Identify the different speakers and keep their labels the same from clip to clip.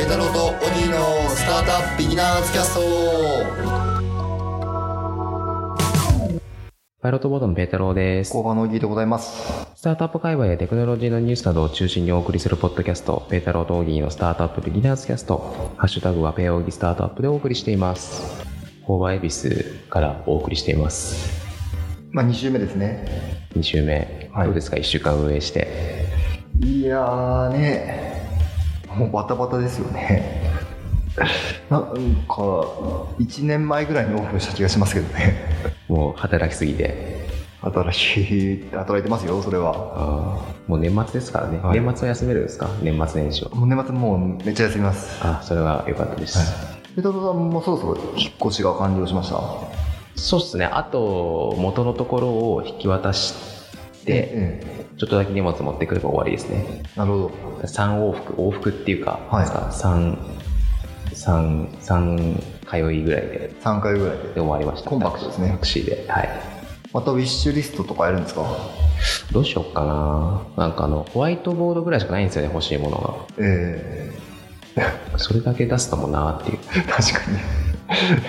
Speaker 1: イ太郎とオギーのスタートアップビギナーズキャスト
Speaker 2: パイロットボードのペータローです
Speaker 1: 工。場のオギーでございます
Speaker 2: スタートアップ界隈やテクノロジーのニュースなどを中心にお送りするポッドキャスト、ペータローとオギーのスタートアップビギナーズキャスト、ハッシュタグはペアオギスタートアップでお送りしています。工場恵比寿からお送りしています。
Speaker 1: まあ2週目ですね
Speaker 2: 2週目、
Speaker 1: はい
Speaker 2: どうですか ?1 週間運営して。
Speaker 1: いやーねもうバタバタですよねなんか1年前ぐらいにオープンした気がしますけどね
Speaker 2: もう働きすぎて。
Speaker 1: 新しい働いてますよそれは
Speaker 2: あーもう年末ですからね。
Speaker 1: はい
Speaker 2: 年末は休めるんですか年末年始は。
Speaker 1: もう年末もうめっちゃ休みます
Speaker 2: あ、それは良かったです。
Speaker 1: ペタロさんもそろそろ引っ越しが完了しました
Speaker 2: そうですね。あと、元のところを引き渡して、
Speaker 1: え
Speaker 2: ちょっとだけ荷物持ってくれば終わりですね。
Speaker 1: えなるほど
Speaker 2: 3往復、往復っていうか、
Speaker 1: はい
Speaker 2: 三三三通いぐらいで
Speaker 1: 3回ぐらい
Speaker 2: で
Speaker 1: で
Speaker 2: 終わりました。
Speaker 1: コンパクトですね
Speaker 2: タクシーで。はい。
Speaker 1: またウィッシュリストとかやるんですか
Speaker 2: どうしよっかななんかあの、ホワイトボードぐらいしかないんですよね、欲しいもの
Speaker 1: ええ
Speaker 2: が。それだけ出すのもなっていう。
Speaker 1: 確かに
Speaker 2: 強い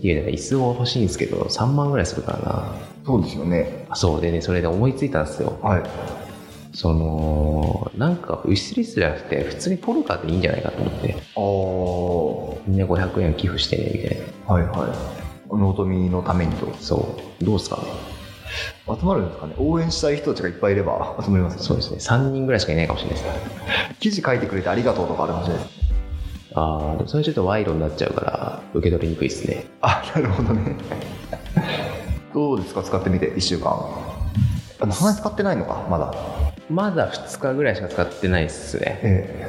Speaker 2: て言うなら椅子を欲しいんですけど、3万ぐらいするからな
Speaker 1: そうですよね
Speaker 2: あそうでね、それで思いついたんですよ。
Speaker 1: はい
Speaker 2: その、なんか、ウィスリストじゃなくて、普通にポルカでいいんじゃないかと思っ
Speaker 1: ああ
Speaker 2: て、みんな500円寄付してね、みたいな。
Speaker 1: はいはい。納富のためにと。
Speaker 2: そう。どうですかね
Speaker 1: 集まるんですかね。応援したい人たちがいっぱいいれば 集まりますよね
Speaker 2: そうですね。3人ぐらいしかいないかもしれないですね。
Speaker 1: 記事書いてくれてありがとうとかあるかもしれないです。
Speaker 2: ああ、でもそれちょっと賄賂になっちゃうから、受け取りにくいですね。
Speaker 1: あ、なるほどね。 どうですか使ってみて、1週間。あなかなか使ってないのか、まだ。
Speaker 2: まだ2日ぐらいしか使ってないっすね。
Speaker 1: え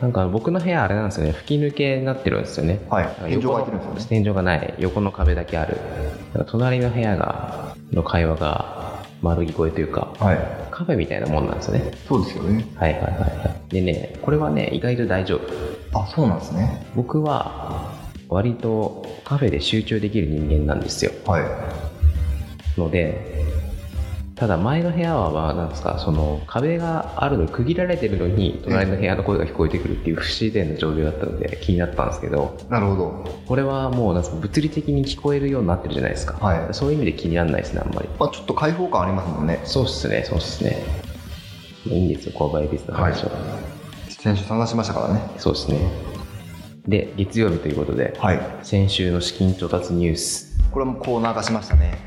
Speaker 2: なんか僕の部屋あれなんですよね。吹き抜けになってるんですよね。
Speaker 1: はい
Speaker 2: なんか
Speaker 1: 天井が
Speaker 2: 横
Speaker 1: 開
Speaker 2: の
Speaker 1: いてるんですよね
Speaker 2: 天井がない。横の壁だけある。なんか隣の部屋が、の会話が、丸聞こえというか
Speaker 1: え、はい。
Speaker 2: カフェみたいなもんなんですよね。
Speaker 1: そうですよね。
Speaker 2: はいはいはいはい。でね、これはね、意外と大丈夫。
Speaker 1: あ、そうなんですね。
Speaker 2: 僕は、割とカフェで集中できる人間なんですよ。
Speaker 1: はい。
Speaker 2: のでただ前の部屋はなんですかその壁があるの区切られてるのに隣の部屋の声が聞こえてくるっていう不自然な状況だったので気になったんですけど
Speaker 1: なるほど。
Speaker 2: これはもうなんですか物理的に聞こえるようになってるじゃないですか、
Speaker 1: はい
Speaker 2: そういう意味で気にならないですねあんまり
Speaker 1: まあ、ちょっと開放感ありますもんね。
Speaker 2: そうっすねそうっすねいいんですよ購買ビズの話は、
Speaker 1: 先週探しましたからね。
Speaker 2: そうですねで月曜日ということで、
Speaker 1: はい。
Speaker 2: 先週の資金調達ニュース
Speaker 1: これもコーナー化しましたね。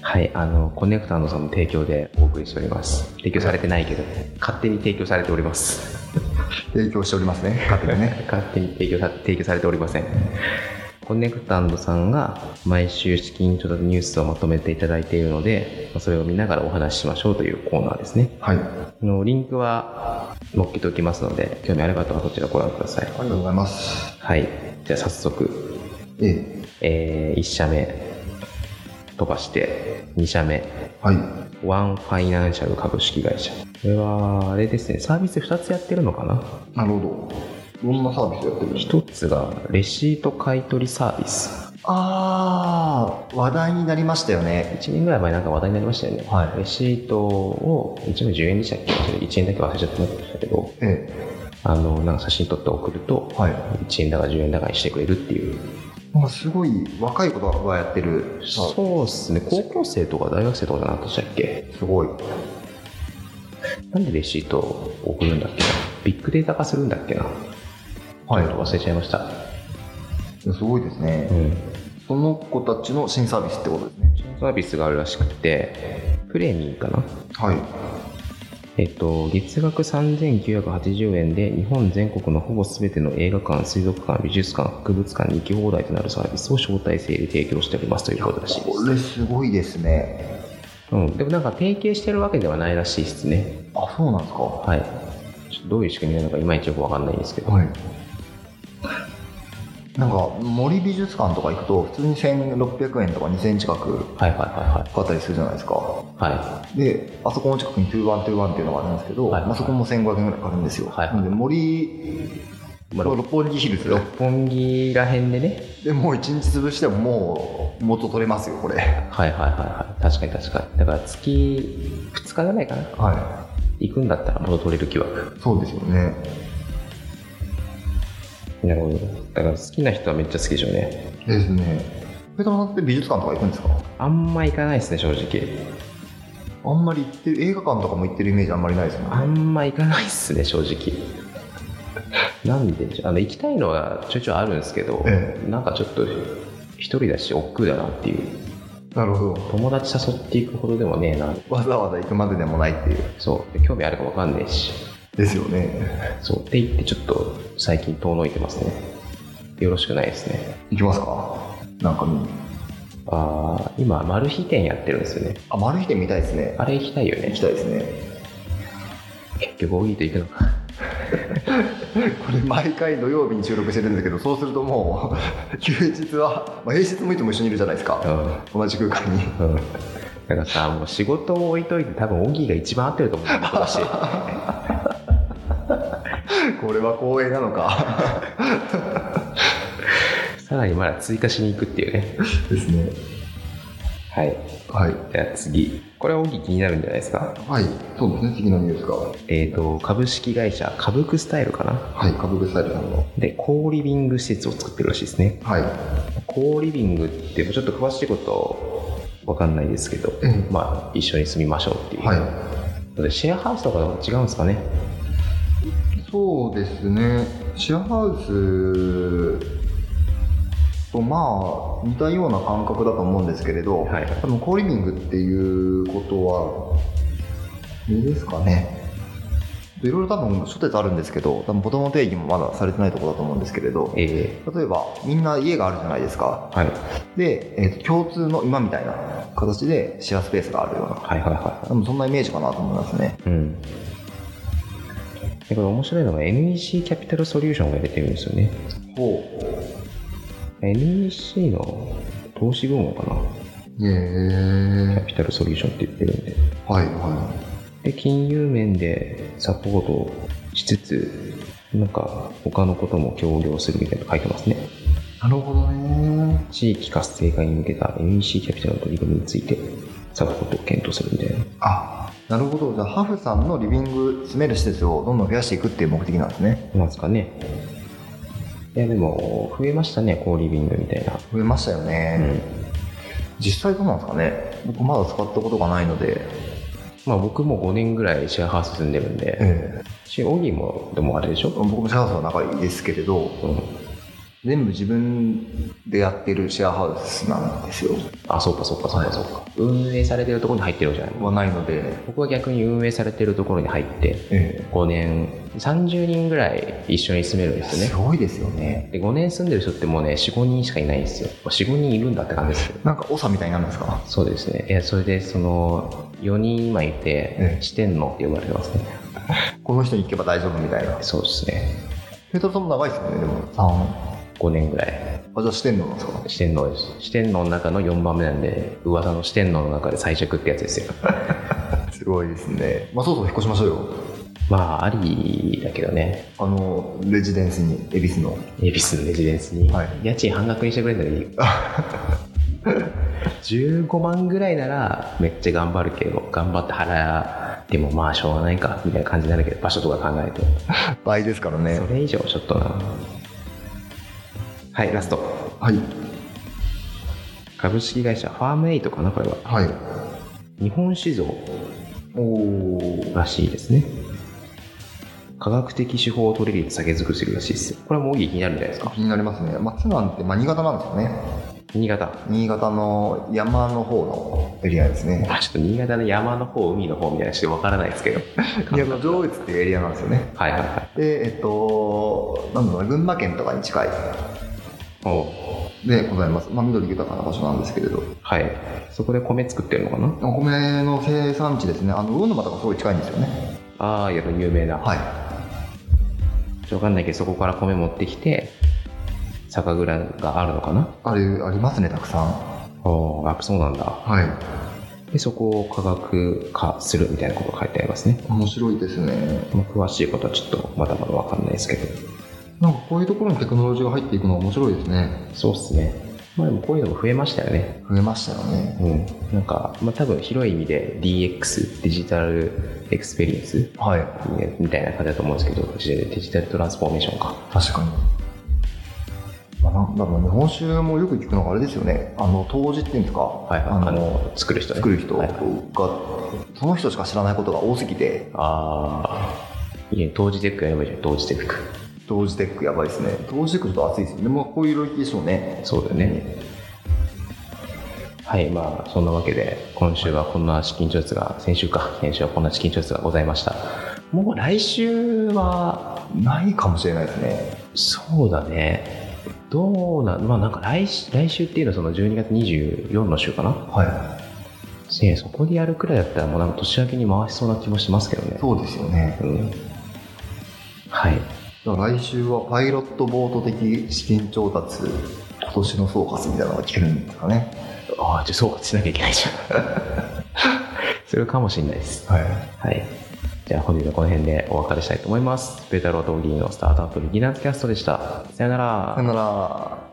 Speaker 2: はいあのコネクタンドさんの提供でお送りしております提供されてないけど勝手に提供されております
Speaker 1: 提供しておりますね。勝手にね。
Speaker 2: 勝手に提供さ提供されておりません。コネクタンドさんが毎週資金調達ニュースをまとめていただいているので、まあそれを見ながらお話ししましょうというコーナーですね。
Speaker 1: はい。あ
Speaker 2: あのリンクは載っけておきますので、興味ある方はそちらご覧ください。
Speaker 1: りがとうございます。
Speaker 2: はい。じゃあ早速、
Speaker 1: ええ。
Speaker 2: え1社目飛ばして、2社目、
Speaker 1: はい。
Speaker 2: ワンファイナンシャル株式会社。これは、あれですね、サービス2つやってるのかな
Speaker 1: なるほど。どんなサービスやってるんですか
Speaker 2: 1つがレシート買取サービス。
Speaker 1: ああ、話題になりましたよね。
Speaker 2: 1年ぐらい前なんか話題になりましたよね、
Speaker 1: はい
Speaker 2: レシートを1枚10円でしたっけ1円だけ忘れちゃったんだけど
Speaker 1: え
Speaker 2: あのなんか写真撮って送ると、
Speaker 1: え。はい。
Speaker 2: 1円だか10円だかにしてくれるっていう
Speaker 1: なんかすごい若い子がやってる。
Speaker 2: そうですね高校生とか大学生とかじゃなかったでしたっけ
Speaker 1: すごい。
Speaker 2: なんでレシートを送るんだっけなビッグデータ化するんだっけな
Speaker 1: はい
Speaker 2: ちょっと忘れちゃいました
Speaker 1: すごいですね
Speaker 2: う。ん
Speaker 1: その子たちの新サービスってことですね。
Speaker 2: サービスがあるらしくてプレミーかな
Speaker 1: はい。
Speaker 2: えっと、月額3980円で日本全国のほぼ全ての映画館、水族館、美術館、博物館に行き放題となるサービスを招待制で提供しておりますということらしいで
Speaker 1: こ
Speaker 2: す。
Speaker 1: れすごいですね。
Speaker 2: うん、でもなんか提携してるわけではないらしいですね。
Speaker 1: あ、そうなんですか。は
Speaker 2: はい。ちょっとどういう仕組みなのかいまいちよくわかんないんですけど。
Speaker 1: い。なんか森美術館とか行くと普通に1600円とか2000円近く
Speaker 2: はいはいは
Speaker 1: 買ったりするじゃないですか。
Speaker 2: いはい。は
Speaker 1: で、あそこの近くに2121っていうのがあるんですけど、
Speaker 2: はいはい
Speaker 1: まあ、そこも1500円ぐらいかかるんですよ。
Speaker 2: はいはい
Speaker 1: なので森、
Speaker 2: まあ
Speaker 1: 六本木ヒル
Speaker 2: い。
Speaker 1: ズ
Speaker 2: 六本木らへんでね。
Speaker 1: でもう一日潰してももう元取れますよ、これ。
Speaker 2: はいはいはいはい。確かに確かに。だから月2日ぐらいかな。
Speaker 1: は
Speaker 2: 行くんだったら元取れる気は
Speaker 1: そうですよね。
Speaker 2: なるほどだから好きな人はめっちゃ好きでしょうね
Speaker 1: ですね。ペタロさんって美術館とか行くんですか
Speaker 2: あんま行かないですね正直
Speaker 1: あんまり行ってる、映画館とかも行ってるイメージあんまりないですもん
Speaker 2: あ
Speaker 1: ね。
Speaker 2: んま行かないっすね正直 なんであの行きたいのはちょいちょいあるんですけど、
Speaker 1: え
Speaker 2: なんかちょっと一人だし億劫だなっていう
Speaker 1: なるほど。
Speaker 2: 友達誘っていくほどでもねえな
Speaker 1: わざわざ行くまででもないっていう。
Speaker 2: そうで興味あるか分かんねえし
Speaker 1: ですよね。
Speaker 2: そうって言ってちょっと最近遠のいてますねよろしくないですね
Speaker 1: 行きますかなんか見に。
Speaker 2: ああ今マル秘店やってるんですよね
Speaker 1: あ、丸日で見たいですね。
Speaker 2: あれ行きたいよね
Speaker 1: 行きたいですね。
Speaker 2: 結局多いと行くのか
Speaker 1: これ毎回土曜日に収録してるんですけど、そうするともう、 休日は、まあ、平日もいつも一緒にいるじゃないですか。同じ空間に。
Speaker 2: うんうんだからさもう仕事を置いといて多分オギーが一番合ってると思うんだ し
Speaker 1: これは光栄なのか。
Speaker 2: さらにまだ追加しに行くっていうね
Speaker 1: ですね。
Speaker 2: はい
Speaker 1: はい。
Speaker 2: じゃあ次これはオギー気になるんじゃないですか
Speaker 1: はい。そうですね。次のニュースが。は。
Speaker 2: えっ、と株式会社カブクスタイルかない
Speaker 1: 株口サイトさんの。
Speaker 2: でコーリビング施設を作ってるらしいですね
Speaker 1: はい。
Speaker 2: コーリビングってちょっと詳しいことわかんないですけど、
Speaker 1: ええ
Speaker 2: まあ一緒に住みましょうっていう、
Speaker 1: は
Speaker 2: でシェアハウスとかと違うんですかね
Speaker 1: い。そうですね。シェアハウスとまあ似たような感覚だと思うんですけれど、
Speaker 2: はい
Speaker 1: 多分コーリビングっていうことは、あれですかね。いろいろ多分諸説あるんですけど、多分子供定義もまだされてないところだと思うんですけれど、
Speaker 2: え
Speaker 1: 例えばみんな家があるじゃないですか。
Speaker 2: えはい
Speaker 1: で、えーと共通の今みたいな形でシェアスペースがあるような
Speaker 2: はいはいは
Speaker 1: 多分そんなイメージかなと思いますね
Speaker 2: いうんでこれ面白いのが NEC キャピタルソリューションが出てるんですよね
Speaker 1: ほ
Speaker 2: NEC の投資部門かな
Speaker 1: うへ
Speaker 2: キ
Speaker 1: え
Speaker 2: ャピタルソリューションって言ってるんで
Speaker 1: はいはい
Speaker 2: で金融面でサポートしつつなんか他のことも協業するみたいなの書いてますね
Speaker 1: なるほどね
Speaker 2: 地域活性化に向けた NEC キャピタルの取り組みについてサポートを検討するみたいな
Speaker 1: あなるほどじゃあハフさんのリビング住める施設をどんどん増やしていくっていう目的なんですね
Speaker 2: なんですかねいやでも増えましたねコーリビングみたいな、
Speaker 1: 増えましたよね、実際どうなんですかね僕まだ使ったことがないので
Speaker 2: まあ僕も5年ぐらいシェアハウス住んでるんで、
Speaker 1: ええ
Speaker 2: しオギーもでもあれでしょ、
Speaker 1: 僕もシェアハウスは長いですけれど
Speaker 2: うん、
Speaker 1: 全部自分でやってるシェアハウスなんですよ
Speaker 2: あそうかそうかそうかそうか、運営されてるところに入ってるわけじゃない
Speaker 1: はないので
Speaker 2: 僕は逆に運営されてるところに入って
Speaker 1: ええ
Speaker 2: 5年30人ぐらい一緒に住めるんですよ
Speaker 1: す
Speaker 2: ね
Speaker 1: ごいですよね。
Speaker 2: で5年住んでる人ってもうね45人しかいないんですよ45人いるんだって感じですけど
Speaker 1: なんか長みたいになるんですか
Speaker 2: そうですねいやそれでその4人今いて
Speaker 1: え
Speaker 2: 四天王って呼ばれてますね
Speaker 1: この人に行けば大丈夫みたいな。
Speaker 2: そうですね
Speaker 1: ペトロさんも長いですよね、でも。3。
Speaker 2: 5年ぐらい
Speaker 1: あ、じゃあ四天王なんですか
Speaker 2: 四天王です四天王の中の4番目なんで噂の四天王の中で最弱ってやつですよ
Speaker 1: すごいですね。まあ、そうそう、引っ越しましょうよ。
Speaker 2: まあありだけどね
Speaker 1: あの、レジデンスに、恵比寿の。
Speaker 2: 恵比寿のレジデンスに、
Speaker 1: はい
Speaker 2: 家賃半額にしてくれたらいいよ 15万ぐらいならめっちゃ頑張るけど頑張って払ってもまあしょうがないかみたいな感じになるけど場所とか考えて
Speaker 1: 倍ですからね
Speaker 2: そ。れ以上ちょっとなはいラスト
Speaker 1: はい。
Speaker 2: 株式会社ファームエイトかなこれは
Speaker 1: はい。
Speaker 2: 日本酒造
Speaker 1: おー。
Speaker 2: らしいですね科学的手法を取り入れて酒造りするらしいですこれはもういい気になるんじゃないですか
Speaker 1: 気になりますね。松なんて、まあ、新潟なんですよね。
Speaker 2: 新潟
Speaker 1: 新潟の山の方のエリアですね。
Speaker 2: まあちょっと新潟の山の方海の方みたいなちょっとわからないですけど
Speaker 1: 新潟の上越っていうエリアなんですよね。
Speaker 2: はいはいはい
Speaker 1: で、えっと、なんだろうな、群馬県とかに近い
Speaker 2: おう
Speaker 1: でございます。まあ、緑豊かな場所なんですけれど。
Speaker 2: はいそこで米作ってるのかな
Speaker 1: お米の生産地ですね、あの魚沼とかすごい近いんですよね。
Speaker 2: ああやっぱ有名な、
Speaker 1: はい。
Speaker 2: わかんないけどそこから米持ってきて酒蔵があるのかな
Speaker 1: あれ、ありますね、たくさん。
Speaker 2: おあそうなんだ
Speaker 1: はい。
Speaker 2: でそこを科学化するみたいなことが書いてありますね
Speaker 1: 面白いですね。
Speaker 2: まあ詳しいことはちょっとまだまだわかんないですけど
Speaker 1: なんかこういうところにテクノロジーが入っていくのは面白いですね。
Speaker 2: そうっすねまあでもこういうのも増えましたよね
Speaker 1: 増えましたよね。
Speaker 2: うんなんか、まあ、多分広い意味で DX デジタルエクスペリエンス
Speaker 1: はい
Speaker 2: みたいな感じだと思うんですけど、デジタルデジタルトランスフォーメーションか。
Speaker 1: 確かに、まあ、なんだろう日本酒もよく聞くのがあれですよねあの当時っていうんですか、
Speaker 2: はいはい、
Speaker 1: あの
Speaker 2: あの作る人、ね、
Speaker 1: 作る人が、
Speaker 2: はいはい
Speaker 1: その人しか知らないことが多すぎて
Speaker 2: ああ、いいね、当時テックやればいいじゃん、当時テック。
Speaker 1: 同時テックやばいですね同時テックちょっと熱いですよねまあこういう領域でしょうね
Speaker 2: そうだよね。はい、まあ、そんなわけで、今週はこんな資金調達が、先週か、先週はこんな資金調達がございました。もう来週は、
Speaker 1: ないかもしれないですね
Speaker 2: そうだね。どうなん、まあなんか来週、来週っていうのはその12月24の週かな。
Speaker 1: はい
Speaker 2: ねそこでやるくらいだったらもうなんか年明けに回しそうな気もしますけどね。
Speaker 1: そうですよね
Speaker 2: うん。はい。
Speaker 1: だから来週はパイロットボート的資金調達今年の総括みたいなのが聞けるんですかね
Speaker 2: ああ、じゃあそうかしなきゃいけないじゃん。 それかもしれないです。
Speaker 1: はい
Speaker 2: はい。じゃあ本日はこの辺でお別れしたいと思います。ペータローとオギーのスタートアップビギナーズキャストでした。さよなら
Speaker 1: さよなら